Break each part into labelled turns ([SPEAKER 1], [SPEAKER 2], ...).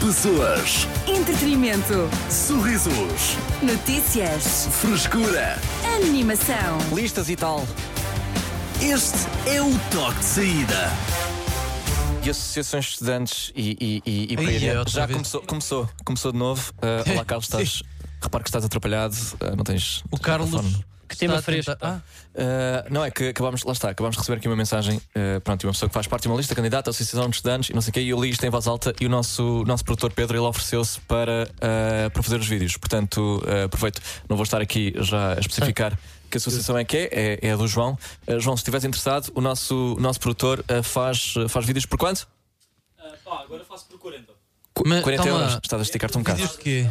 [SPEAKER 1] Pessoas,
[SPEAKER 2] Entretenimento.
[SPEAKER 1] sorrisos,
[SPEAKER 2] Notícias.
[SPEAKER 1] frescura.
[SPEAKER 2] Animação.
[SPEAKER 3] Listas e tal.
[SPEAKER 1] Este é o toque de saída.
[SPEAKER 3] E associações de estudantes e, e, e, e por
[SPEAKER 4] Ai,
[SPEAKER 3] aí
[SPEAKER 4] é
[SPEAKER 3] adiante.
[SPEAKER 4] outra
[SPEAKER 3] Já
[SPEAKER 4] vez.
[SPEAKER 3] começou, começou, começou de novo. Ah, olá, Carlos, estás. Repare que estás atrapalhado, ah, não tens.
[SPEAKER 4] O Carlos.
[SPEAKER 3] telefone.
[SPEAKER 4] Que
[SPEAKER 5] tema fresco,
[SPEAKER 4] Ah,
[SPEAKER 3] Ah, não, é que acabámos, lá está, acabámos de receber aqui uma mensagem ah, pronto, de uma pessoa que faz parte de uma lista, candidata à Associação de Estudantes e não sei o quê, e eu li isto em voz alta e o nosso, o nosso produtor Pedro ele ofereceu-se para, ah, para fazer os vídeos. Portanto, ah, aproveito, não vou estar aqui já a especificar. Que associação é que é? É, é a do João. Ah, João, se estiveres interessado, o nosso, o nosso produtor ah, faz, faz vídeos por quanto?
[SPEAKER 6] agora faço então. por 40.
[SPEAKER 3] Qu-
[SPEAKER 5] Ah,
[SPEAKER 4] Mas,
[SPEAKER 3] 40
[SPEAKER 4] calma
[SPEAKER 3] euros,
[SPEAKER 4] lá.
[SPEAKER 3] estás a esticar-te um bocado.
[SPEAKER 4] Vídeos de quê?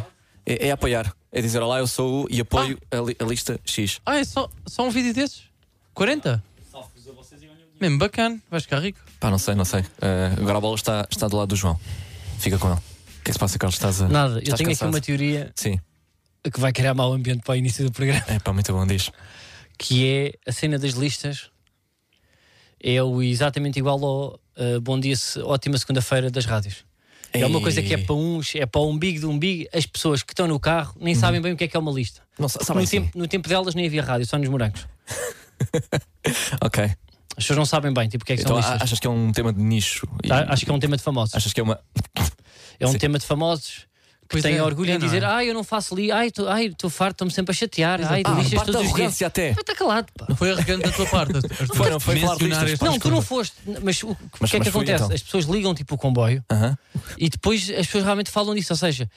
[SPEAKER 3] É, é apoiar, é dizer olá, eu sou o e apoio
[SPEAKER 5] Ah.
[SPEAKER 3] a, li- a lista X.
[SPEAKER 4] Ah, é só, só um vídeo desses? 40? Mesmo bacana, vais ficar rico.
[SPEAKER 3] Pá, não sei, não sei. Ah, agora a bola está, está do lado do João. Fica com ele. O que é que se passa, Carlos? Estás a,
[SPEAKER 5] Nada, eu
[SPEAKER 3] estás
[SPEAKER 5] tenho
[SPEAKER 3] cansado?
[SPEAKER 5] aqui uma teoria
[SPEAKER 3] Sim,
[SPEAKER 5] que vai criar mau ambiente para o início do programa,
[SPEAKER 3] é pá, muito bom, diz.
[SPEAKER 5] que é a cena das listas. É o exatamente igual ao uh, Bom Dia, se- Ótima Segunda-feira das rádios. É uma
[SPEAKER 3] Ei.
[SPEAKER 5] coisa que é para uns, é para o umbigo do umbigo. As pessoas que estão no carro nem sabem bem o que é que é uma lista.
[SPEAKER 3] Não, sa- assim?
[SPEAKER 5] No
[SPEAKER 3] Uhum. sabem sim.
[SPEAKER 5] tempo, no tempo delas nem havia rádio, só nos morangos.
[SPEAKER 3] Ok.
[SPEAKER 5] As pessoas não sabem bem tipo, o que é que
[SPEAKER 3] Então
[SPEAKER 5] são
[SPEAKER 3] a-
[SPEAKER 5] listas.
[SPEAKER 3] achas que é um tema de nicho? E-
[SPEAKER 5] Tá? Acho que é um tema de famosos.
[SPEAKER 3] Achas que é uma.
[SPEAKER 5] É um
[SPEAKER 3] Sim.
[SPEAKER 5] tema de famosos que
[SPEAKER 4] Pois
[SPEAKER 5] têm
[SPEAKER 4] é,
[SPEAKER 5] orgulho
[SPEAKER 4] é,
[SPEAKER 5] em
[SPEAKER 4] não
[SPEAKER 5] dizer:
[SPEAKER 4] é?
[SPEAKER 5] Ai, eu não faço li, ai, estou ai, estou farto, estou-me sempre a chatear, ai,
[SPEAKER 3] Ah, parte
[SPEAKER 5] lixas
[SPEAKER 3] da
[SPEAKER 5] todos os dias.
[SPEAKER 3] arrogância até.
[SPEAKER 5] Mas está calado, pá.
[SPEAKER 4] Foi arrogante da tua parte.
[SPEAKER 3] Foi, não foi falar de listas, pá,
[SPEAKER 5] Não, tu não foste, mas o que
[SPEAKER 3] Mas-
[SPEAKER 5] é
[SPEAKER 3] mas
[SPEAKER 5] que
[SPEAKER 3] fui,
[SPEAKER 5] acontece?
[SPEAKER 3] então.
[SPEAKER 5] As pessoas ligam tipo o comboio
[SPEAKER 3] Aham.
[SPEAKER 5] e depois as pessoas realmente falam disso, ou seja,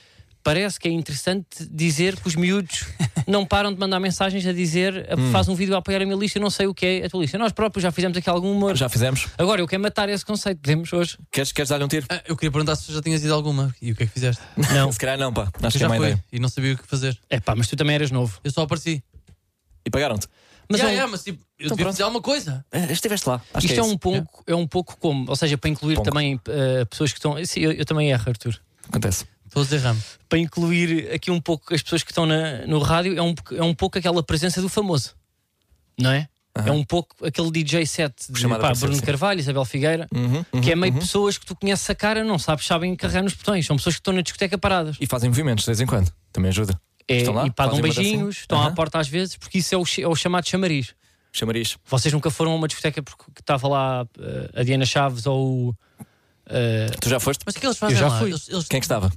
[SPEAKER 5] parece que é interessante dizer que os miúdos não param de mandar mensagens a dizer
[SPEAKER 3] Hum.
[SPEAKER 5] a- faz um vídeo a apoiar a minha lista, eu não sei o que é a tua lista. Nós próprios já fizemos aqui algum humor.
[SPEAKER 3] Já fizemos.
[SPEAKER 5] Agora eu quero matar esse conceito, podemos hoje?
[SPEAKER 3] Queres, queres dar-lhe um tiro?
[SPEAKER 4] Ah, eu queria perguntar se já tinhas ido alguma e o que é que fizeste?
[SPEAKER 5] Não,
[SPEAKER 3] Se calhar não, pá. Acho
[SPEAKER 4] Eu
[SPEAKER 3] que é
[SPEAKER 4] já
[SPEAKER 3] uma
[SPEAKER 4] fui
[SPEAKER 3] ideia.
[SPEAKER 4] e não sabia o que fazer.
[SPEAKER 5] é pá, mas tu também eras novo.
[SPEAKER 4] Eu só apareci.
[SPEAKER 3] E pagaram-te.
[SPEAKER 5] Mas
[SPEAKER 4] Mas,
[SPEAKER 5] é um-
[SPEAKER 4] yeah, é, mas tipo, eu devia
[SPEAKER 3] pronto.
[SPEAKER 4] fazer alguma coisa.
[SPEAKER 3] Ah, Estiveste lá. Acho
[SPEAKER 5] Isto
[SPEAKER 3] que
[SPEAKER 5] é,
[SPEAKER 3] é,
[SPEAKER 5] um
[SPEAKER 3] isso.
[SPEAKER 5] pouco, é um pouco como, ou seja, para incluir
[SPEAKER 3] Ponco.
[SPEAKER 5] também eh, pessoas que estão. Sim, Eu, eu também erro, Arthur.
[SPEAKER 3] Acontece.
[SPEAKER 4] Estou a dizer ramo.
[SPEAKER 5] Para incluir aqui um pouco as pessoas que estão na- no rádio, é um, po- é um pouco aquela presença do famoso, não é? É um pouco aquele DJ set de
[SPEAKER 3] Chamada
[SPEAKER 5] pá,
[SPEAKER 3] para ser,
[SPEAKER 5] Bruno
[SPEAKER 3] sim.
[SPEAKER 5] Carvalho, Isabel Figueira, que é meio pessoas que tu conheces a cara, não sabes, sabem carregar nos botões. São pessoas que estão na discoteca paradas.
[SPEAKER 3] E fazem movimentos de vez em quando. Também ajuda.
[SPEAKER 5] É,
[SPEAKER 3] Estão lá,
[SPEAKER 5] e pagam
[SPEAKER 3] fazem uma
[SPEAKER 5] beijinhos,
[SPEAKER 3] dancinha.
[SPEAKER 5] estão à
[SPEAKER 3] Aham.
[SPEAKER 5] porta às vezes, porque isso é o, chi- é o chamado chamariz.
[SPEAKER 3] Chamariz.
[SPEAKER 5] Vocês nunca foram a uma discoteca porque estava lá eh, a Diana Chaves ou o, eh,
[SPEAKER 3] Tu já foste?
[SPEAKER 4] Mas o que eles fazem
[SPEAKER 5] já
[SPEAKER 4] lá?
[SPEAKER 5] fui.
[SPEAKER 4] Eles, eles-
[SPEAKER 3] Quem é que estava?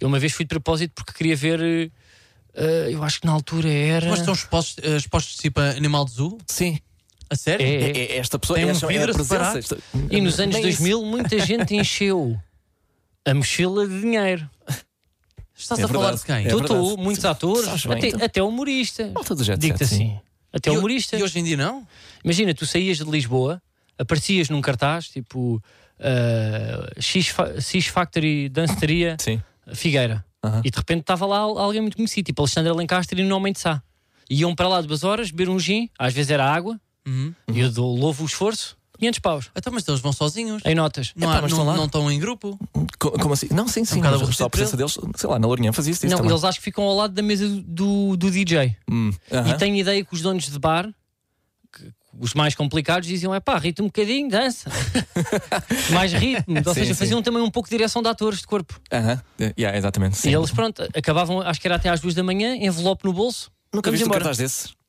[SPEAKER 5] Eu uma vez fui de propósito porque queria ver. eh, eh, eu acho que na altura era.
[SPEAKER 4] mas estão expostos, eh, expostos tipo a Animal de Zoo? Sim. A sério?
[SPEAKER 5] É, é.
[SPEAKER 3] É, é esta pessoa
[SPEAKER 4] Tem
[SPEAKER 3] é,
[SPEAKER 4] um
[SPEAKER 3] esta- é
[SPEAKER 4] vidro
[SPEAKER 3] a
[SPEAKER 4] a separar.
[SPEAKER 3] presença. Esta-
[SPEAKER 5] E nos anos
[SPEAKER 3] Nem
[SPEAKER 5] 2000 muita gente encheu a mochila de dinheiro.
[SPEAKER 4] Estás
[SPEAKER 3] É
[SPEAKER 4] a falar
[SPEAKER 3] verdade.
[SPEAKER 4] de quem?
[SPEAKER 3] É
[SPEAKER 5] Tu,
[SPEAKER 3] verdade.
[SPEAKER 5] tu, muitos atores,
[SPEAKER 3] Sabes bem,
[SPEAKER 5] até,
[SPEAKER 3] então.
[SPEAKER 5] até humoristas.
[SPEAKER 3] Malta do jet
[SPEAKER 5] Digo-te
[SPEAKER 3] set, sim.
[SPEAKER 5] assim. Até
[SPEAKER 4] E-
[SPEAKER 5] humoristas.
[SPEAKER 4] E hoje em dia não?
[SPEAKER 5] Imagina, tu saías de Lisboa, aparecias num cartaz tipo eh, X, Fa- X Factory Danceteria
[SPEAKER 4] assim.
[SPEAKER 3] Sim.
[SPEAKER 5] Figueira.
[SPEAKER 3] Aham.
[SPEAKER 5] E de repente estava lá al- alguém muito conhecido, tipo Alexandre Alencastre e Nuno de Sá. Iam para lá duas horas, beber um gin, às vezes era água,
[SPEAKER 4] Uhum.
[SPEAKER 5] E eu dou, louvo o esforço, 500 paus,
[SPEAKER 4] Então, mas eles vão sozinhos.
[SPEAKER 5] em notas.
[SPEAKER 4] Não,
[SPEAKER 3] Epá,
[SPEAKER 4] há-
[SPEAKER 3] mas
[SPEAKER 4] não,
[SPEAKER 3] estão lá.
[SPEAKER 4] não estão em grupo.
[SPEAKER 3] Co- Como assim? Não, sim, sim.
[SPEAKER 4] É um bocado
[SPEAKER 3] mas só a
[SPEAKER 4] aborrecido para
[SPEAKER 3] presença deles, sei lá, na Lourinhã fazia isso.
[SPEAKER 5] não,
[SPEAKER 3] também.
[SPEAKER 5] eles acho que ficam ao lado da mesa do, do DJ.
[SPEAKER 3] Hum, aham.
[SPEAKER 5] E tenho ideia que os donos de bar, que- os mais complicados, diziam: é pá, ritmo um bocadinho, dança. mais ritmo. Ou
[SPEAKER 3] Sim,
[SPEAKER 5] seja,
[SPEAKER 3] sim.
[SPEAKER 5] faziam também um pouco de direção de atores de corpo.
[SPEAKER 3] Aham. Eh, yeah, exatamente. Sim.
[SPEAKER 5] E eles, pronto, acabavam, acho que era até às duas da manhã, envelope no bolso.
[SPEAKER 3] Nunca
[SPEAKER 5] vamos
[SPEAKER 3] viste um
[SPEAKER 5] embora.
[SPEAKER 3] cartaz desses?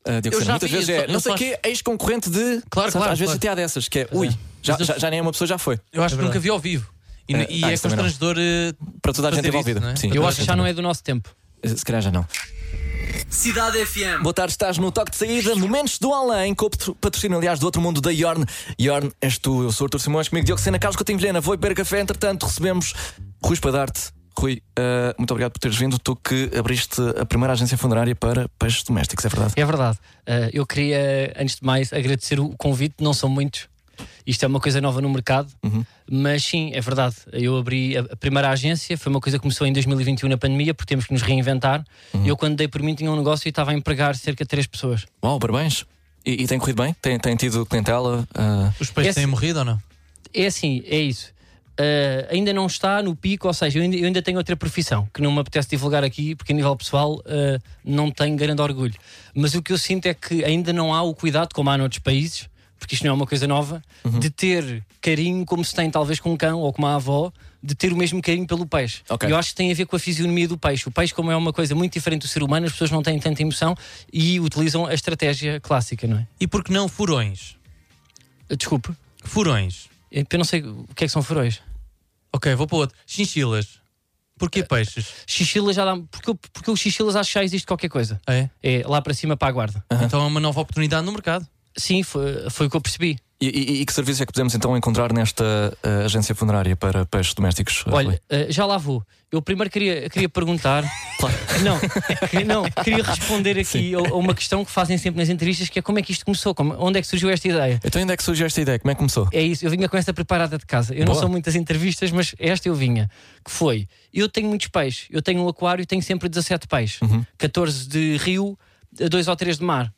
[SPEAKER 3] Ah, Diogo
[SPEAKER 4] Eu
[SPEAKER 3] Sena.
[SPEAKER 4] já
[SPEAKER 3] Muitas
[SPEAKER 4] vi,
[SPEAKER 3] vezes
[SPEAKER 4] eu
[SPEAKER 3] é,
[SPEAKER 4] só-
[SPEAKER 3] não
[SPEAKER 4] eu
[SPEAKER 3] sei
[SPEAKER 4] só
[SPEAKER 3] o quê, ex-concorrente de.
[SPEAKER 4] Claro,
[SPEAKER 3] Sabe,
[SPEAKER 4] claro,
[SPEAKER 3] Às vezes
[SPEAKER 4] claro.
[SPEAKER 3] até há dessas, que é, ui, já,
[SPEAKER 4] Mas eu-
[SPEAKER 3] já, já nem é uma pessoa já foi.
[SPEAKER 4] Eu acho que
[SPEAKER 5] verdade.
[SPEAKER 4] nunca vi ao vivo. E,
[SPEAKER 3] Ah,
[SPEAKER 4] e
[SPEAKER 3] ah,
[SPEAKER 4] é
[SPEAKER 3] isso também não.
[SPEAKER 4] constrangedor. eh,
[SPEAKER 3] Para toda a gente
[SPEAKER 4] Fazer isso,
[SPEAKER 3] envolvida.
[SPEAKER 4] não é?
[SPEAKER 3] Sim,
[SPEAKER 5] Eu
[SPEAKER 3] toda a
[SPEAKER 5] acho que
[SPEAKER 3] gente
[SPEAKER 5] já não é
[SPEAKER 3] envolvida.
[SPEAKER 5] do nosso tempo.
[SPEAKER 3] Eh, Se calhar já não.
[SPEAKER 6] Cidade FM.
[SPEAKER 3] Boa tarde, estás no toque de saída, momentos do além, com o patro- patrocínio, aliás, do outro mundo da Yorn. Yorn, és tu, eu sou o Artur Simões, comigo Diogo Sena, Carlos Coutinho Vilhena, vou beber café, entretanto recebemos Rui Espadarte. Rui, ah, muito obrigado por teres vindo, tu que abriste a primeira agência funerária para peixes domésticos, é verdade?
[SPEAKER 5] É verdade. Eh, eu queria, antes de mais, agradecer o convite, não são muitos. Isto é uma coisa nova no mercado, mas sim, é verdade. Eu abri a, a primeira agência, foi uma coisa que começou em 2021 na pandemia, porque temos que nos reinventar. Eu, quando dei por mim, tinha um negócio e estava a empregar cerca de três pessoas.
[SPEAKER 3] Uau, parabéns. E, e tem corrido bem? Tem, tem tido clientela? Ah,
[SPEAKER 4] Os peixes
[SPEAKER 5] Esse-
[SPEAKER 4] têm morrido ou não?
[SPEAKER 5] É assim, é isso. Eh, ainda não está no pico, ou seja, eu ainda, eu ainda tenho outra profissão que não me apetece divulgar aqui, porque a nível pessoal eh, não tenho grande orgulho. Mas o que eu sinto é que ainda não há o cuidado, como há noutros países, porque isto não é uma coisa nova, de ter carinho como se tem talvez com um cão ou com uma avó, de ter o mesmo carinho pelo peixe.
[SPEAKER 3] Ok.
[SPEAKER 5] Eu acho que tem a ver com a fisionomia do peixe. O peixe, como é uma coisa muito diferente do ser humano, as pessoas não têm tanta emoção e utilizam a estratégia clássica, não é?
[SPEAKER 4] E por que não furões?
[SPEAKER 5] Desculpe,
[SPEAKER 4] Furões.
[SPEAKER 5] eu não sei o que é que são furões.
[SPEAKER 4] Ok, vou para outro. Chinchilas. Porquê peixes?
[SPEAKER 5] Xixilas já dá. Porque, eu- porque o xixilas acho que já existe qualquer coisa.
[SPEAKER 4] É?
[SPEAKER 5] É lá para cima para a guarda.
[SPEAKER 4] Então é uma nova oportunidade no mercado.
[SPEAKER 5] Sim, foi, foi o que eu percebi.
[SPEAKER 3] E, e- e que serviços é que podemos então encontrar nesta eh, agência funerária para peixes domésticos? eh, Rui?
[SPEAKER 5] Olha, eh, já lá vou. Eu primeiro queria, queria perguntar. não, que- não, queria responder aqui a, a uma questão que fazem sempre nas entrevistas, que é como é que isto começou? Como- onde é que surgiu esta ideia?
[SPEAKER 3] Então, onde é que surgiu esta ideia? Como é que começou?
[SPEAKER 5] É isso, eu vinha com esta preparada de casa. Eu não
[SPEAKER 3] Boa.
[SPEAKER 5] sou muitas entrevistas, mas esta eu vinha. Que foi: eu tenho muitos peixes, eu tenho um aquário e tenho sempre 17 peixes,
[SPEAKER 3] Uhum.
[SPEAKER 5] 14 de rio, 2 ou 3 de mar.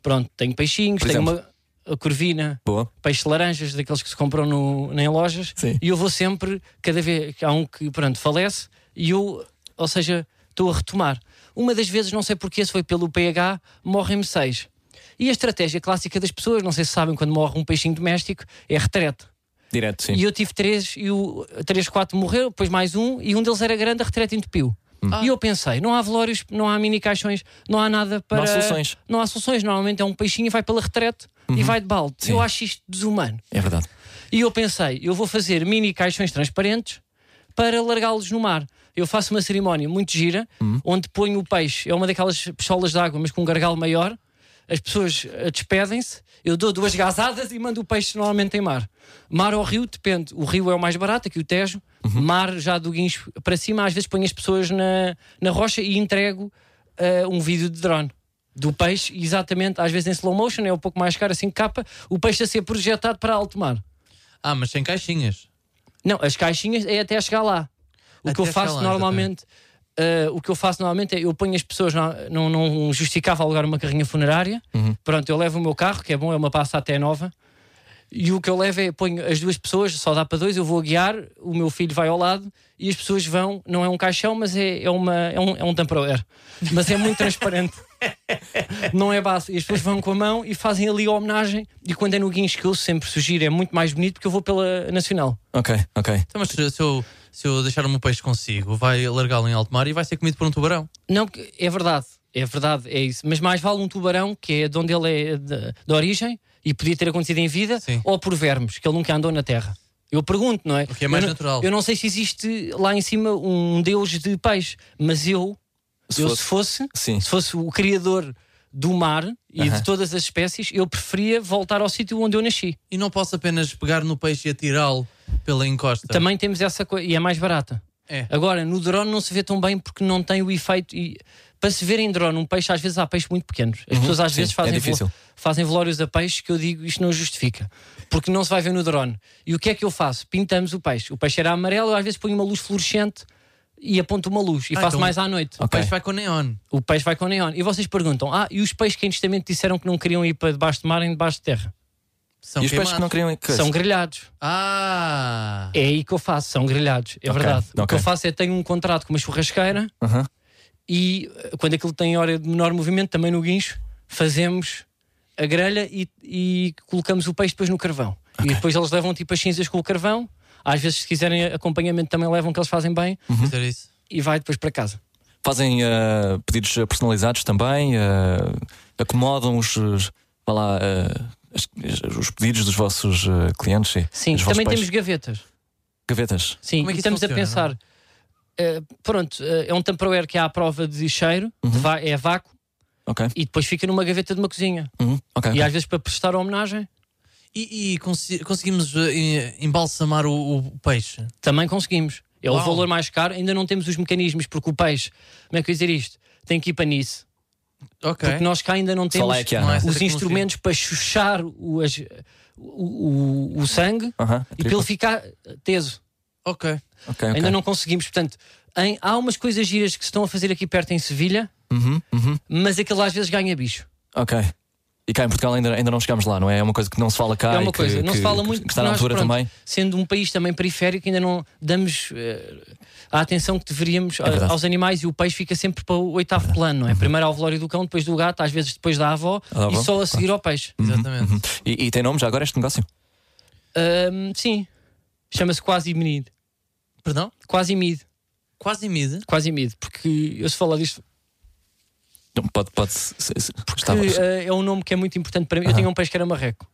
[SPEAKER 5] Pronto, tenho peixinhos,
[SPEAKER 3] Por
[SPEAKER 5] tenho
[SPEAKER 3] exemplo?
[SPEAKER 5] uma a corvina,
[SPEAKER 3] Boa.
[SPEAKER 5] peixes laranjas, daqueles que se compram no, em lojas,
[SPEAKER 3] Sim.
[SPEAKER 5] e eu vou sempre, cada vez que há um que pronto, falece, e eu, ou seja, estou a retomar. Uma das vezes, não sei porquê, se foi pelo pH, morrem-me seis. E a estratégia clássica das pessoas, não sei se sabem, quando morre um peixinho doméstico, é retrete.
[SPEAKER 3] Direto, sim.
[SPEAKER 5] E eu tive três, e o três, quatro morreu, depois mais um, e um deles era grande, a retreta entupiu.
[SPEAKER 3] Hum.
[SPEAKER 5] E eu pensei, não há velórios, não há mini caixões, não há nada para.
[SPEAKER 3] Não há soluções. Uhum.
[SPEAKER 5] Não há soluções. Normalmente é um peixinho e vai pela retrete e vai de balde. Eu acho isto desumano.
[SPEAKER 3] É verdade.
[SPEAKER 5] E eu pensei, eu vou fazer mini caixões transparentes para largá-los no mar. Eu faço uma cerimónia muito gira, onde ponho o peixe, é uma daquelas pistolas de água, mas com um gargalo maior. As pessoas eh, despedem-se, eu dou duas gazadas e mando o peixe normalmente em mar. Mar ou rio, depende. O rio é o mais barato, aqui o Tejo. Mar, já do guincho para cima, às vezes ponho as pessoas na, na rocha e entrego eh, um vídeo de drone do peixe, exatamente, às vezes em slow motion, é um pouco mais caro, assim capa, o peixe a ser projetado para alto mar.
[SPEAKER 4] Ah, mas sem caixinhas.
[SPEAKER 5] Não, as caixinhas é até chegar lá. O que
[SPEAKER 4] Até
[SPEAKER 5] eu
[SPEAKER 4] chegar
[SPEAKER 5] faço
[SPEAKER 4] lá,
[SPEAKER 5] normalmente. eh, o que eu faço normalmente é eu ponho as pessoas na- não, não justificava alugar uma carrinha funerária
[SPEAKER 4] Uhum.
[SPEAKER 5] pronto, eu levo o meu carro, que é bom é uma passa até nova e o que eu levo é ponho as duas pessoas, só dá para dois eu vou a guiar, o meu filho vai ao lado e as pessoas vão, não é um caixão mas é, é, uma, é um, é um Tupperware mas é muito transparente não é base. E as pessoas vão com a mão e fazem ali a homenagem. E quando é no guincho que eu sempre sugiro, é muito mais bonito porque eu vou pela Nacional.
[SPEAKER 3] Ok, ok.
[SPEAKER 4] Então, mas se se eu, se eu deixar o meu peixe consigo, vai largá-lo em alto mar e vai ser comido por um tubarão.
[SPEAKER 5] Não, porque é verdade, é verdade, é isso. Mas mais vale um tubarão, que é de onde ele é de, de origem e podia ter acontecido em vida,
[SPEAKER 4] Sim.
[SPEAKER 5] ou por vermes, que ele nunca andou na Terra. Eu pergunto, não é?
[SPEAKER 4] que é mais
[SPEAKER 5] eu não-
[SPEAKER 4] natural.
[SPEAKER 5] Eu não sei se existe lá em cima um deus de peixe, mas eu,
[SPEAKER 3] Se
[SPEAKER 5] eu
[SPEAKER 3] fosse-
[SPEAKER 5] se fosse,
[SPEAKER 3] Sim.
[SPEAKER 5] se fosse o criador do mar e de todas as espécies, eu preferia voltar ao sítio onde eu nasci.
[SPEAKER 4] E não posso apenas pegar no peixe e atirá-lo pela encosta.
[SPEAKER 5] Também temos essa coisa e é mais barata.
[SPEAKER 4] É.
[SPEAKER 5] Agora, no drone não se vê tão bem porque não tem o efeito. E para se ver em drone um peixe, às vezes há peixes muito pequenos. As pessoas às
[SPEAKER 3] sim,
[SPEAKER 5] vezes
[SPEAKER 3] é
[SPEAKER 5] fazem,
[SPEAKER 3] difícil.
[SPEAKER 5] fazem velórios a peixe que eu digo isto não justifica. Porque não se vai ver no drone. E o que é que eu faço? Pintamos o peixe. O peixe era amarelo, eu às vezes ponho uma luz fluorescente e aponto uma luz. E
[SPEAKER 4] Ah,
[SPEAKER 5] faço
[SPEAKER 4] então-
[SPEAKER 5] mais à noite.
[SPEAKER 4] O
[SPEAKER 3] Ok.
[SPEAKER 4] peixe vai com neon.
[SPEAKER 5] O peixe vai com neon. E vocês perguntam: ah, e os peixes que honestamente disseram que não queriam ir para debaixo de mar nem debaixo de terra?
[SPEAKER 4] São
[SPEAKER 3] e os peixes que não
[SPEAKER 4] queimados.
[SPEAKER 3] queriam. Que...
[SPEAKER 5] São grelhados.
[SPEAKER 4] Ah!
[SPEAKER 5] É aí que eu faço, são grelhados, é
[SPEAKER 3] Ok,
[SPEAKER 5] verdade. O que
[SPEAKER 3] ok.
[SPEAKER 5] eu faço é tenho um contrato com uma churrasqueira
[SPEAKER 3] Aham.
[SPEAKER 5] e eh, quando aquilo tem hora de menor movimento, também no guincho, fazemos a grelha e, e colocamos o peixe depois no carvão. E depois eles levam tipo as cinzas com o carvão. Às vezes, se quiserem acompanhamento, também levam que eles fazem bem
[SPEAKER 4] Fazer isso.
[SPEAKER 5] e vai depois para casa.
[SPEAKER 3] Fazem eh, pedidos eh, personalizados também, eh, acomodam os, eh, vá lá, eh, as- os pedidos dos vossos eh, clientes. e
[SPEAKER 5] Sim,
[SPEAKER 3] dos vossos
[SPEAKER 5] também
[SPEAKER 3] pais.
[SPEAKER 5] temos gavetas.
[SPEAKER 3] gavetas.
[SPEAKER 5] Sim,
[SPEAKER 4] Como é
[SPEAKER 5] e
[SPEAKER 4] que isso
[SPEAKER 5] estamos a
[SPEAKER 4] funciona,
[SPEAKER 5] pensar. eh, pronto, eh, é um Tupperware que há à prova de cheiro,
[SPEAKER 3] Uhum.
[SPEAKER 5] de va- é vácuo,
[SPEAKER 3] Ok,
[SPEAKER 5] e depois fica numa gaveta de uma cozinha.
[SPEAKER 3] uhum, ok.
[SPEAKER 5] E às vezes, para prestar homenagem,
[SPEAKER 4] E, e consi- conseguimos eh, embalsamar o, o peixe.
[SPEAKER 5] Também conseguimos. É o
[SPEAKER 4] Uau.
[SPEAKER 5] valor mais caro, ainda não temos os mecanismos, porque o peixe, como é que eu ia dizer isto? Tem que ir para nisso.
[SPEAKER 4] Ok.
[SPEAKER 5] Porque nós cá ainda não
[SPEAKER 3] Só
[SPEAKER 5] temos
[SPEAKER 3] lá é que há.
[SPEAKER 4] não é?
[SPEAKER 3] não é?
[SPEAKER 5] os instrumentos para chuchar o, as- o, o- o sangue
[SPEAKER 3] Aham,
[SPEAKER 5] e para ele ficar teso.
[SPEAKER 4] Ok.
[SPEAKER 3] Ok, ok.
[SPEAKER 5] Ainda não conseguimos. Portanto, em- há umas coisas giras que se estão a fazer aqui perto em Sevilha,
[SPEAKER 3] Uhum, uhum.
[SPEAKER 5] mas aquilo às vezes ganha bicho.
[SPEAKER 3] Ok. E cá em Portugal ainda, ainda não chegámos lá, não é? É uma coisa que não se fala cá.
[SPEAKER 5] é
[SPEAKER 3] e
[SPEAKER 5] uma
[SPEAKER 3] que-
[SPEAKER 5] coisa, não
[SPEAKER 3] que-
[SPEAKER 5] se fala muito
[SPEAKER 3] Que está
[SPEAKER 5] porque
[SPEAKER 3] na
[SPEAKER 5] nós,
[SPEAKER 3] altura
[SPEAKER 5] pronto,
[SPEAKER 3] também.
[SPEAKER 5] Sendo um país também periférico, ainda não damos eh, a atenção que deveríamos a-
[SPEAKER 3] É verdade.
[SPEAKER 5] aos animais e o peixe fica sempre para o oitavo plano, não é? Primeiro ao velório do cão, depois do gato, às vezes depois da avó
[SPEAKER 3] Ah, da avó, Uhum.
[SPEAKER 5] e só a seguir ao peixe.
[SPEAKER 4] Exatamente.
[SPEAKER 3] E, e tem nome já agora este negócio?
[SPEAKER 5] Ahm, sim, chama-se quase imid.
[SPEAKER 4] Perdão?
[SPEAKER 5] Quase imid,
[SPEAKER 4] Quase mide.
[SPEAKER 5] quase imid, porque eu se falar disto,
[SPEAKER 3] Não, Pode, pode. se- se- se-
[SPEAKER 5] que,
[SPEAKER 3] estava-
[SPEAKER 5] eh, é um nome que é muito importante para mim. Eu tinha um peixe que era marreco.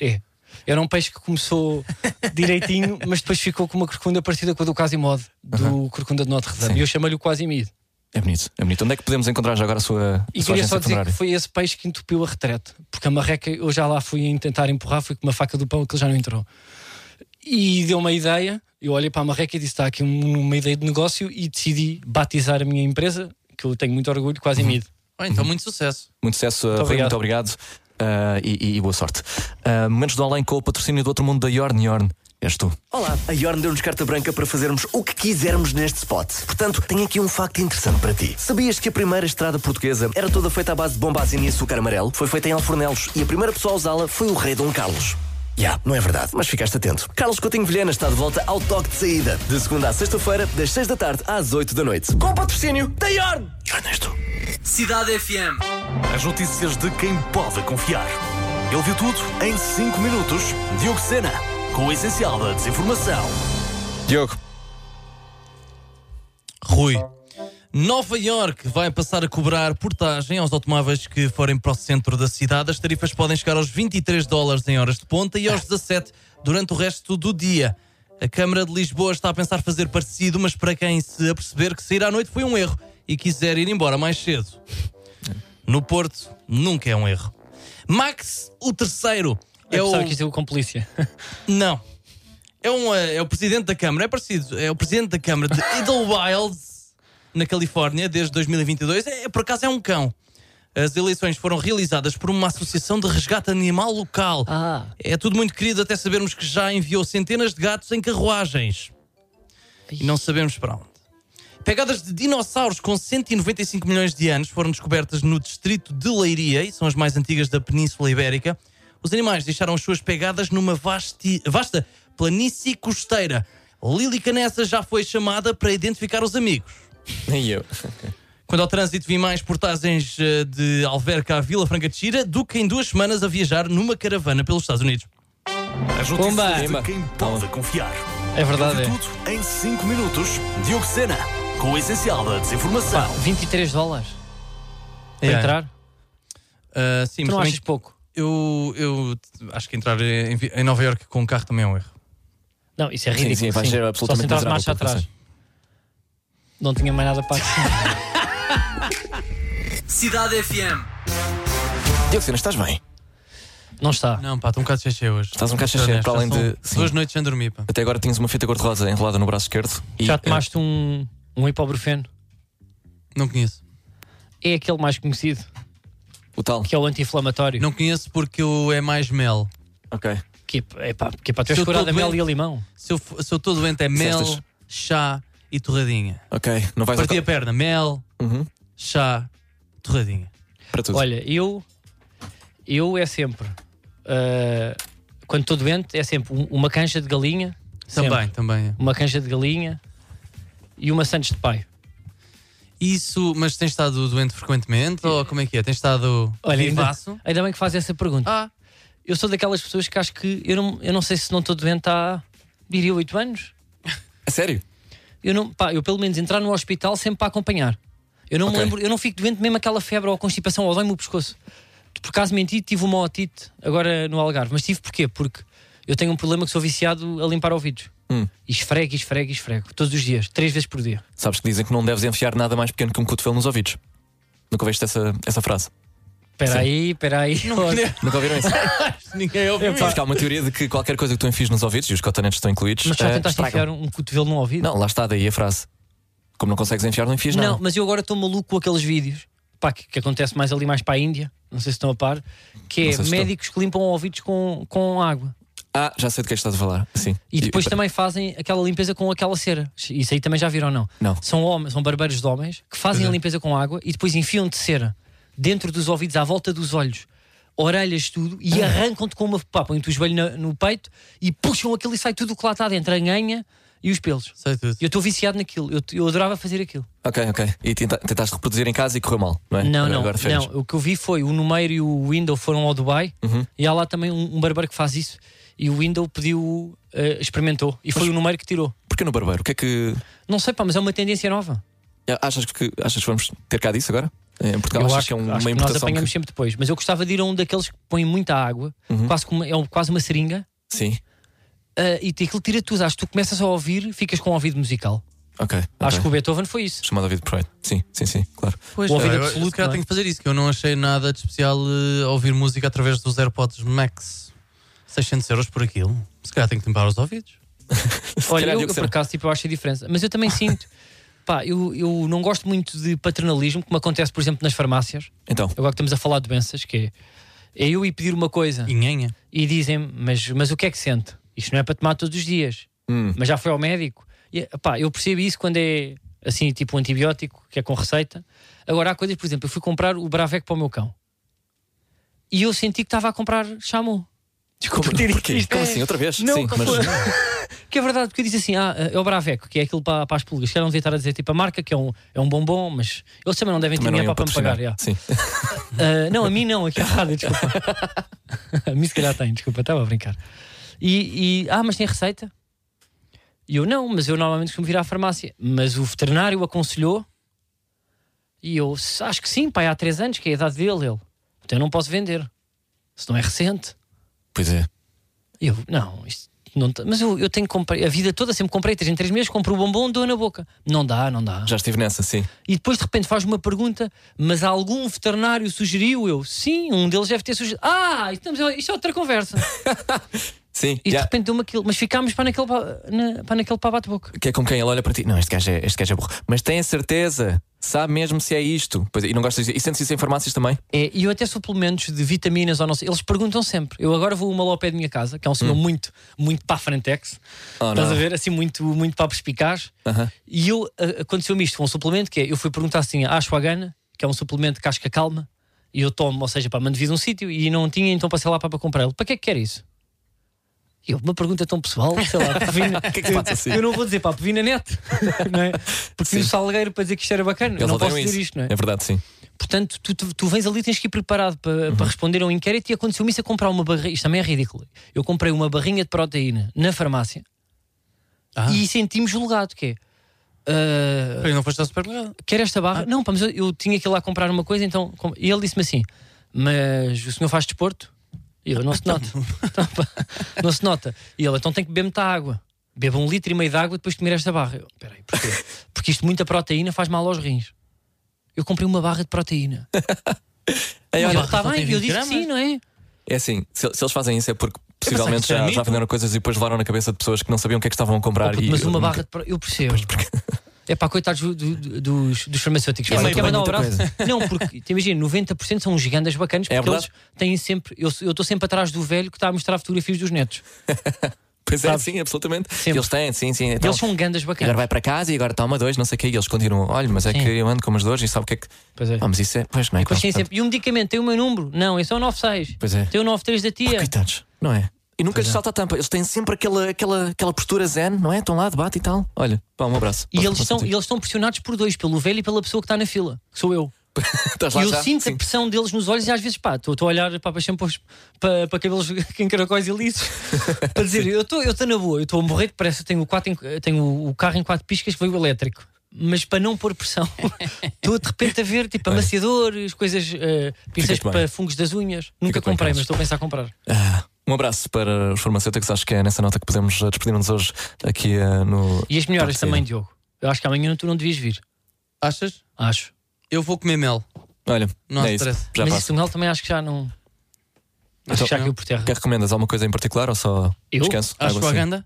[SPEAKER 5] É. Era um peixe que começou direitinho, mas depois ficou com uma corcunda parecida com a do Quasimodo, do Corcunda de Notre Dame.
[SPEAKER 3] Sim.
[SPEAKER 5] E eu chamo-lhe o Quasimido.
[SPEAKER 3] É bonito, é bonito. Onde é que podemos encontrar já agora a sua,
[SPEAKER 5] E
[SPEAKER 3] a sua
[SPEAKER 5] queria só
[SPEAKER 3] agência
[SPEAKER 5] dizer que
[SPEAKER 3] funerária?
[SPEAKER 5] foi esse peixe que entupiu a retrete, porque a marreca eu já lá fui a tentar empurrar, fui com uma faca do pão que ele já não entrou. E deu uma ideia, eu olhei para a marreca e disse: está aqui um- uma ideia de negócio e decidi batizar a minha empresa, que eu tenho muito orgulho, quase mido.
[SPEAKER 4] Oh, então, muito sucesso.
[SPEAKER 3] Muito sucesso, Rui,
[SPEAKER 5] obrigado.
[SPEAKER 3] muito obrigado ah, e, e- e boa sorte. Ah, momentos do Além com o patrocínio do outro mundo da Yorn Yorn. És tu.
[SPEAKER 1] Olá, a Yorn deu-nos carta branca para fazermos o que quisermos neste spot. Portanto, tenho aqui um facto interessante para ti. Sabias que a primeira estrada portuguesa era toda feita à base de bombazina e açúcar amarelo? Foi feita em Alfornelos e a primeira pessoa a usá-la foi o rei Dom Carlos. Já, não é verdade, mas ficaste atento. Carlos Coutinho Vilhena está de volta ao toque de saída. De segunda à sexta-feira, das seis da tarde às oito da noite. Com o patrocínio da Yorn! Yorn és tu.
[SPEAKER 6] Cidade FM.
[SPEAKER 1] As notícias de quem pode confiar. Ele viu tudo em 5 minutos. Diogo Sena, com o essencial da desinformação.
[SPEAKER 3] Diogo.
[SPEAKER 4] Rui. Nova York vai passar a cobrar portagem aos automóveis que forem para o centro da cidade. As tarifas podem chegar aos 23 dólares em horas de ponta e aos 17 durante o resto do dia. A Câmara de Lisboa está a pensar fazer parecido, mas para quem se aperceber que sair à noite foi um erro e quiser ir embora mais cedo. No Porto, nunca é um erro. Max, o terceiro, é
[SPEAKER 5] Eu
[SPEAKER 4] o...
[SPEAKER 5] pensava que isto é com polícia.
[SPEAKER 4] Não. É, um, eh, é o presidente da Câmara, é parecido. É o presidente da Câmara de Idlewild, na Califórnia, desde 2022. É, é- por acaso é um cão. As eleições foram realizadas por uma associação de resgate animal local.
[SPEAKER 5] Ah.
[SPEAKER 4] É tudo muito querido até sabermos que já enviou centenas de gatos em carruagens. E não sabemos para onde. Pegadas de dinossauros com 195 milhões de anos foram descobertas no distrito de Leiria e são as mais antigas da Península Ibérica. Os animais deixaram as suas pegadas numa vasti- vasta planície costeira. Lili Canessa já foi chamada para identificar os amigos.
[SPEAKER 3] Nem eu.
[SPEAKER 4] Quando ao trânsito vi mais portagens eh, de Alverca à Vila Franca de Xira do que em duas semanas a viajar numa caravana pelos Estados Unidos.
[SPEAKER 1] As notícias
[SPEAKER 5] Pumba.
[SPEAKER 1] de quem pode confiar.
[SPEAKER 5] É verdade,
[SPEAKER 1] Ele viu
[SPEAKER 5] é.
[SPEAKER 1] tudo em 5 minutos. Diogo Sena, com o essencial da desinformação.
[SPEAKER 5] 23 dólares para
[SPEAKER 4] Yeah.
[SPEAKER 5] entrar?
[SPEAKER 4] Ah, sim,
[SPEAKER 5] Tu
[SPEAKER 4] mas
[SPEAKER 5] não
[SPEAKER 4] também
[SPEAKER 5] achas pouco?
[SPEAKER 4] eu, eu t- acho que entrar em, Vi- em Nova Iorque com um carro também é um erro.
[SPEAKER 5] Não, isso é
[SPEAKER 3] Sim,
[SPEAKER 5] ridículo.
[SPEAKER 3] sim, vai ser absolutamente
[SPEAKER 5] Só se entrar
[SPEAKER 3] miserável,
[SPEAKER 5] de marcha
[SPEAKER 3] porque
[SPEAKER 5] atrás. Não tinha mais nada para aqui.
[SPEAKER 6] Cidade FM.
[SPEAKER 3] Diogo Sena, estás bem?
[SPEAKER 5] Não está.
[SPEAKER 4] Não, pá, estou um bocado cheio hoje.
[SPEAKER 3] Estás um bocado
[SPEAKER 4] Sou
[SPEAKER 3] cheio,
[SPEAKER 4] honesto,
[SPEAKER 3] para além
[SPEAKER 4] já são
[SPEAKER 3] de- sim.
[SPEAKER 4] Duas noites sem dormir, pá.
[SPEAKER 3] Até agora tinhas uma fita cor-de-rosa enrolada no braço esquerdo. e,
[SPEAKER 5] Já
[SPEAKER 3] eh,
[SPEAKER 5] tomaste um, um ibuprofeno?
[SPEAKER 4] Não conheço.
[SPEAKER 5] É aquele mais conhecido,
[SPEAKER 3] o tal.
[SPEAKER 5] que é o anti-inflamatório.
[SPEAKER 4] Não conheço porque eu é mais mel.
[SPEAKER 3] Ok.
[SPEAKER 5] Que é pá, que é pá, tu és
[SPEAKER 4] Se eu
[SPEAKER 5] curado
[SPEAKER 4] tô
[SPEAKER 5] a mel
[SPEAKER 4] doente-
[SPEAKER 5] e a limão.
[SPEAKER 4] Se eu, f- se eu estou doente é mel,
[SPEAKER 3] Dissestas.
[SPEAKER 4] chá e torradinha.
[SPEAKER 3] Ok. Não vais
[SPEAKER 4] Parti a perna, mel,
[SPEAKER 3] Uhum.
[SPEAKER 4] chá, torradinha.
[SPEAKER 3] para tudo.
[SPEAKER 5] Olha, eu. Eu é sempre. ah, quando estou doente, é sempre um- uma canja de galinha. sempre.
[SPEAKER 4] Também, também. é.
[SPEAKER 5] Uma canja de galinha e uma Santos de Paio.
[SPEAKER 4] Isso, mas tens estado doente frequentemente? Ou como é que é? Tens estado
[SPEAKER 5] Olha, ainda,
[SPEAKER 4] vivaço?
[SPEAKER 5] ainda bem que faz essa pergunta.
[SPEAKER 4] Ah,
[SPEAKER 5] Eu sou daquelas pessoas que acho que eu não, eu não sei se não estou doente há diria 8 anos.
[SPEAKER 3] A sério?
[SPEAKER 5] Eu não, pá, eu pelo menos entrar no hospital sempre para acompanhar. Eu não
[SPEAKER 3] Ok.
[SPEAKER 5] me lembro, eu não fico doente mesmo aquela febre ou constipação ou dói-me o pescoço. Por acaso menti, tive uma otite agora no Algarve, mas tive porquê? Porque eu tenho um problema que sou viciado a limpar ouvidos.
[SPEAKER 3] Hum.
[SPEAKER 5] E esfrego, e esfrego, e esfrego, todos os dias, três vezes por dia.
[SPEAKER 3] Sabes que dizem que não deves enfiar nada mais pequeno que um cotovelo nos ouvidos. Nunca ouviste essa, essa frase? Sim.
[SPEAKER 5] Espera aí, espera aí.
[SPEAKER 3] Nunca ouviram isso?
[SPEAKER 4] ninguém ouve.
[SPEAKER 3] Sabes que há uma teoria de que qualquer coisa que tu enfies nos ouvidos, e os cotonetes estão incluídos,
[SPEAKER 5] Mas já
[SPEAKER 3] eh,
[SPEAKER 5] tentaste
[SPEAKER 3] estragam.
[SPEAKER 5] enfiar um um cotovelo no ouvido?
[SPEAKER 3] Não, lá está daí a frase. Como não consegues enfiar, não enfias
[SPEAKER 5] Não,
[SPEAKER 3] nada.
[SPEAKER 5] mas eu agora estou maluco com aqueles vídeos pá, que, que acontece mais ali, mais para a Índia. Não sei se estão a par.
[SPEAKER 3] Não
[SPEAKER 5] Que é
[SPEAKER 3] sei se
[SPEAKER 5] médicos que limpam ouvidos com, com água
[SPEAKER 3] Ah, já sei do que é que estás a falar. Sim.
[SPEAKER 5] e depois também fazem aquela limpeza com aquela cera. Isso aí também já viram, não?
[SPEAKER 3] Não.
[SPEAKER 5] São, homens, são barbeiros de homens que fazem a limpeza com água e depois enfiam de cera dentro dos ouvidos, à volta dos olhos, orelhas, tudo, e arrancam-te com uma. Pá, põem-te o joelho na- no peito e puxam aquilo e sai tudo o que lá está dentro, a nhanha e os pelos.
[SPEAKER 4] Sei tudo.
[SPEAKER 5] Eu estou viciado naquilo, eu, eu adorava fazer aquilo.
[SPEAKER 3] Ok, ok. E tenta- tentaste reproduzir em casa e correu mal, não é?
[SPEAKER 5] Não,
[SPEAKER 3] Agora-
[SPEAKER 5] não,
[SPEAKER 3] Agora fez.
[SPEAKER 5] não. O que eu vi foi o Numeiro e o Window foram ao Dubai e há lá também um, um barbeiro que faz isso. E o Window pediu, eh, experimentou e foi o Numeiro que tirou.
[SPEAKER 3] Porquê no barbeiro? O que é que.
[SPEAKER 5] Não sei, pá, mas é uma tendência nova.
[SPEAKER 3] Achas que, achas que vamos ter cá disso agora? Em Portugal, achas que é um-
[SPEAKER 5] acho
[SPEAKER 3] uma
[SPEAKER 5] que nós
[SPEAKER 3] importação?
[SPEAKER 5] apanhamos
[SPEAKER 3] que-
[SPEAKER 5] sempre depois. Mas eu gostava de ir a um daqueles que põem muita água,
[SPEAKER 3] Uhum.
[SPEAKER 5] quase como, é um- quase uma seringa,
[SPEAKER 3] Sim.
[SPEAKER 5] eh, e te- aquilo tira tudo. Acho que tu começas a ouvir, ficas com o ouvido musical.
[SPEAKER 3] Ok.
[SPEAKER 5] Acho
[SPEAKER 3] ok.
[SPEAKER 5] que o Beethoven foi isso.
[SPEAKER 3] Chamado David Pride. Sim, sim, sim, claro.
[SPEAKER 5] o ouvido
[SPEAKER 4] Ah, eu-
[SPEAKER 5] absoluto.
[SPEAKER 4] Se
[SPEAKER 5] não
[SPEAKER 4] calhar
[SPEAKER 5] é?
[SPEAKER 4] tenho que fazer isso, que eu não achei nada de especial eh, ouvir música através dos AirPods Max. 600 euros por aquilo. Se calhar tenho que limpar os ouvidos.
[SPEAKER 5] Olha,
[SPEAKER 3] calhar
[SPEAKER 5] eu,
[SPEAKER 3] Diogo
[SPEAKER 5] eu, por
[SPEAKER 3] Sena.
[SPEAKER 5] acaso tipo, eu acho a diferença. Mas eu também sinto, pá, eu, eu não gosto muito de paternalismo, como acontece, por exemplo, nas farmácias.
[SPEAKER 3] Então,
[SPEAKER 5] Agora que estamos a falar de doenças, que é, é eu ir pedir uma coisa
[SPEAKER 4] E nhenha.
[SPEAKER 5] e dizem-me, mas, mas o que é que sente? Isto não é para tomar todos os dias,
[SPEAKER 3] Hum.
[SPEAKER 5] mas já foi ao médico. E, pá, eu percebo isso quando é assim, tipo um antibiótico, que é com receita. Agora há coisas, por exemplo, eu fui comprar o Bravec para o meu cão e eu senti que estava a comprar chamu.
[SPEAKER 3] como, porquê? Como assim? Outra vez?
[SPEAKER 5] é Não,
[SPEAKER 3] sim,
[SPEAKER 5] que
[SPEAKER 3] mas.
[SPEAKER 5] foi- que é verdade, porque eu disse assim: ah, é o Braveco, que é aquilo para, para as pulgas. Que eu não devia estar a dizer tipo a marca, que é um, é um bombom, mas eles também não devem ter
[SPEAKER 3] Também não é
[SPEAKER 5] dinheiro
[SPEAKER 3] iam
[SPEAKER 5] para, para me pagar.
[SPEAKER 3] patrocinar.
[SPEAKER 5] já.
[SPEAKER 3] Sim.
[SPEAKER 5] Ah, não, a mim não, aqui à rádio, desculpa. a mim se calhar tem, desculpa, estava a brincar. E, e, ah, mas tem receita? E eu não, mas eu normalmente costumo vir à farmácia. Mas o veterinário aconselhou e eu "S- acho que sim, pai, há três anos, que é a idade dele. Ele, então eu não posso vender, se não é recente.
[SPEAKER 3] Pois é.
[SPEAKER 5] Eu, não, isto não tá- mas eu, eu tenho que comprar, a vida toda sempre comprei, três em três meses, compro o bombom, dou na boca. Não dá, não dá.
[SPEAKER 3] Já estive nessa, sim.
[SPEAKER 5] E depois de repente faz uma pergunta, mas algum veterinário sugeriu? Eu, sim, um deles deve ter sugerido. Ah, estamos, isto é outra conversa.
[SPEAKER 3] Sim.
[SPEAKER 5] E
[SPEAKER 3] já.
[SPEAKER 5] de repente deu-me aquilo, mas ficámos para naquele, pa- na, para naquele para bate-boca.
[SPEAKER 3] Que é com quem ele olha para ti. Não, este gajo é, este gajo é burro. Mas tem a certeza. Sabe mesmo se é isto. Pois é, e não gostas disso. E sentes isso em farmácias também?
[SPEAKER 5] É, e eu até suplementos de vitaminas ou não sei, eles perguntam sempre. Eu agora vou a uma lá ao pé da minha casa, que é um senhor muito, muito para a Frentex,
[SPEAKER 3] Oh,
[SPEAKER 5] estás
[SPEAKER 3] não.
[SPEAKER 5] a ver? Assim, muito, muito para perspicaz.
[SPEAKER 3] Aham.
[SPEAKER 5] E eu, a- aconteceu-me isto com um suplemento que é: eu fui perguntar assim à Ashwagandha, que é um suplemento de casca calma, e eu tomo, ou seja, para mando vir de um sítio, e não tinha, então passei lá para, para comprá-lo. Para que é que quer isso? E Eu, uma pergunta tão pessoal, sei lá, vi na-
[SPEAKER 3] que é que se passa assim?
[SPEAKER 5] eu não vou dizer, pá, vi na net, não é? Porque vi o Salgueiro para dizer que isto era bacana, eu
[SPEAKER 3] Eles
[SPEAKER 5] não
[SPEAKER 3] odeiam
[SPEAKER 5] posso dizer
[SPEAKER 3] isso.
[SPEAKER 5] isto, não é?
[SPEAKER 3] É verdade, sim.
[SPEAKER 5] Portanto, tu, tu, tu vens ali, tens que ir preparado para,
[SPEAKER 3] Uhum.
[SPEAKER 5] para responder a um inquérito. E aconteceu-me isso a comprar uma barrinha. Isto também é ridículo. Eu comprei uma barrinha de proteína na farmácia e senti-me julgado. Que é. ah,
[SPEAKER 4] Pois Ah. não foste ao supermercado.
[SPEAKER 5] quer esta
[SPEAKER 4] Ah.
[SPEAKER 5] barra? Não, pá, mas eu, eu tinha que ir lá comprar uma coisa, então. com- E ele disse-me assim: Mas o senhor faz desporto? E eu, não se nota. Então, pá, não se nota. E ele, então tem que beber muita água. Beba um litro e meio de água depois de comer esta barra. Eu, peraí, porquê? Porque isto, muita proteína, faz mal aos rins. Eu comprei uma barra de proteína.
[SPEAKER 3] Ei, olha,
[SPEAKER 5] Mas ele, está
[SPEAKER 4] só tem
[SPEAKER 5] bem, eu
[SPEAKER 4] 20
[SPEAKER 5] disse que sim,
[SPEAKER 4] gramas."
[SPEAKER 5] não é?
[SPEAKER 3] É assim, se, se eles fazem isso é porque
[SPEAKER 4] pensava que
[SPEAKER 3] possivelmente
[SPEAKER 4] isso era
[SPEAKER 3] já,
[SPEAKER 4] mito.
[SPEAKER 3] já venderam coisas e depois levaram na cabeça de pessoas que não sabiam o que é que estavam a comprar.
[SPEAKER 5] Puto,
[SPEAKER 3] e-
[SPEAKER 5] mas uma barra de pro- Eu percebo. É para coitados do- do- dos, dos farmacêuticos. Olha,
[SPEAKER 3] muito
[SPEAKER 5] quer
[SPEAKER 3] bem,
[SPEAKER 5] mandar um
[SPEAKER 3] muita
[SPEAKER 5] abraço? Não, porque te imagina, 90% são uns gigantes bacanas
[SPEAKER 3] É
[SPEAKER 5] porque eles
[SPEAKER 3] verdade.
[SPEAKER 5] têm sempre. Eu eu estou sempre atrás do velho que está a mostrar fotografias dos netos.
[SPEAKER 3] Pois é,
[SPEAKER 5] sabes?
[SPEAKER 3] sim, absolutamente.
[SPEAKER 5] Sempre.
[SPEAKER 3] Eles têm, sim, sim.
[SPEAKER 5] E
[SPEAKER 3] Então,
[SPEAKER 5] eles são gandas
[SPEAKER 3] e agora
[SPEAKER 5] bacanas.
[SPEAKER 3] vai para casa e agora toma dois, não sei o que, e eles continuam. Olha, mas é
[SPEAKER 5] Sim.
[SPEAKER 3] que eu ando com umas dores e sabe o que é que.
[SPEAKER 5] Pois é.
[SPEAKER 3] Ah, mas isso é. Pois não é.
[SPEAKER 5] Depois
[SPEAKER 3] claro,
[SPEAKER 5] têm sempre. E o medicamento tem o meu número? Não, esse é o 96.
[SPEAKER 3] Pois é.
[SPEAKER 5] Tem o 93 da tia.
[SPEAKER 3] Coitados, não é? E nunca lhes salta a tampa. Eles têm sempre aquela, aquela, aquela postura zen, não é? Estão lá, debate e tal. Olha, pá, um abraço.
[SPEAKER 5] E
[SPEAKER 3] Posso-
[SPEAKER 5] eles,
[SPEAKER 3] posso
[SPEAKER 5] estão, e
[SPEAKER 3] dizer.
[SPEAKER 5] eles estão pressionados por dois, pelo velho e pela pessoa que está na fila, que sou eu.
[SPEAKER 3] Estás
[SPEAKER 5] E
[SPEAKER 3] lá
[SPEAKER 5] eu
[SPEAKER 3] já?
[SPEAKER 5] sinto
[SPEAKER 3] Sim.
[SPEAKER 5] a pressão deles nos olhos e às vezes, pá, estou estou a olhar pá, para, shampoos, para, para cabelos encaracóis e lisos, para dizer, eu estou eu estou na boa, eu estou a morrer depressa, tenho, o quatro em- tenho o carro em quatro piscas que veio elétrico. Mas para não pôr pressão, estou de repente a ver tipo amaciadores, coisas, eh,
[SPEAKER 3] Ficas
[SPEAKER 5] pincéis
[SPEAKER 3] bem.
[SPEAKER 5] para fungos das unhas. Nunca
[SPEAKER 3] Ficas bem,
[SPEAKER 5] comprei,
[SPEAKER 3] Carlos.
[SPEAKER 5] mas estou a pensar em comprar.
[SPEAKER 3] Um abraço para os farmacêuticos. Acho que é nessa nota que podemos eh, despedir-nos hoje aqui eh, no.
[SPEAKER 5] E as melhoras
[SPEAKER 3] Pode ser.
[SPEAKER 5] também, Diogo. Eu acho que amanhã tu não devias vir.
[SPEAKER 4] Achas?
[SPEAKER 5] Acho.
[SPEAKER 4] Eu vou comer mel.
[SPEAKER 3] Olha,
[SPEAKER 4] Não
[SPEAKER 3] é
[SPEAKER 4] há
[SPEAKER 3] isso.
[SPEAKER 4] stress.
[SPEAKER 3] Já
[SPEAKER 5] mas
[SPEAKER 3] passa.
[SPEAKER 5] isso Mel também acho que já não. Acho
[SPEAKER 4] Então,
[SPEAKER 5] que já
[SPEAKER 4] não.
[SPEAKER 5] caiu por terra.
[SPEAKER 3] Que recomendas? Alguma coisa em particular ou só
[SPEAKER 5] Eu?
[SPEAKER 3] descanso? assim.
[SPEAKER 4] Acho
[SPEAKER 3] Água,
[SPEAKER 4] a
[SPEAKER 3] sim.
[SPEAKER 4] ganda.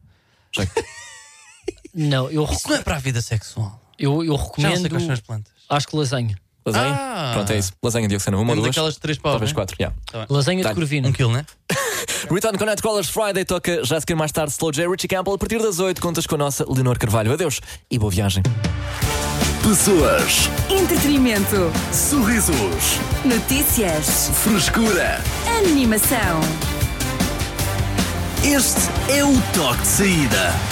[SPEAKER 5] Não, eu,
[SPEAKER 4] Isso não é para a vida sexual.
[SPEAKER 5] eu, eu
[SPEAKER 4] Já não sei
[SPEAKER 5] recomendo.
[SPEAKER 4] quais são as plantas.
[SPEAKER 5] Acho que lasanha.
[SPEAKER 3] Lasanha?
[SPEAKER 4] Ah!
[SPEAKER 3] Pronto, é isso. Lasanha, Diocena. Uma,
[SPEAKER 4] Uma
[SPEAKER 3] duas,
[SPEAKER 4] daquelas de três paus.
[SPEAKER 3] talvez
[SPEAKER 4] né?
[SPEAKER 3] quatro. Yeah.
[SPEAKER 5] Lasanha de
[SPEAKER 3] Tá.
[SPEAKER 5] corvina.
[SPEAKER 4] Um quilo, né?
[SPEAKER 3] Return com Nightcrawlers Friday toca já a seguir mais tarde Slow J. Richie Campbell. A partir das oito contas com a nossa Leonor Carvalho. Adeus e boa viagem.
[SPEAKER 1] Pessoas,
[SPEAKER 2] Entretenimento.
[SPEAKER 1] sorrisos,
[SPEAKER 2] Notícias.
[SPEAKER 1] frescura.
[SPEAKER 2] Animação.
[SPEAKER 1] Este é o toque de saída.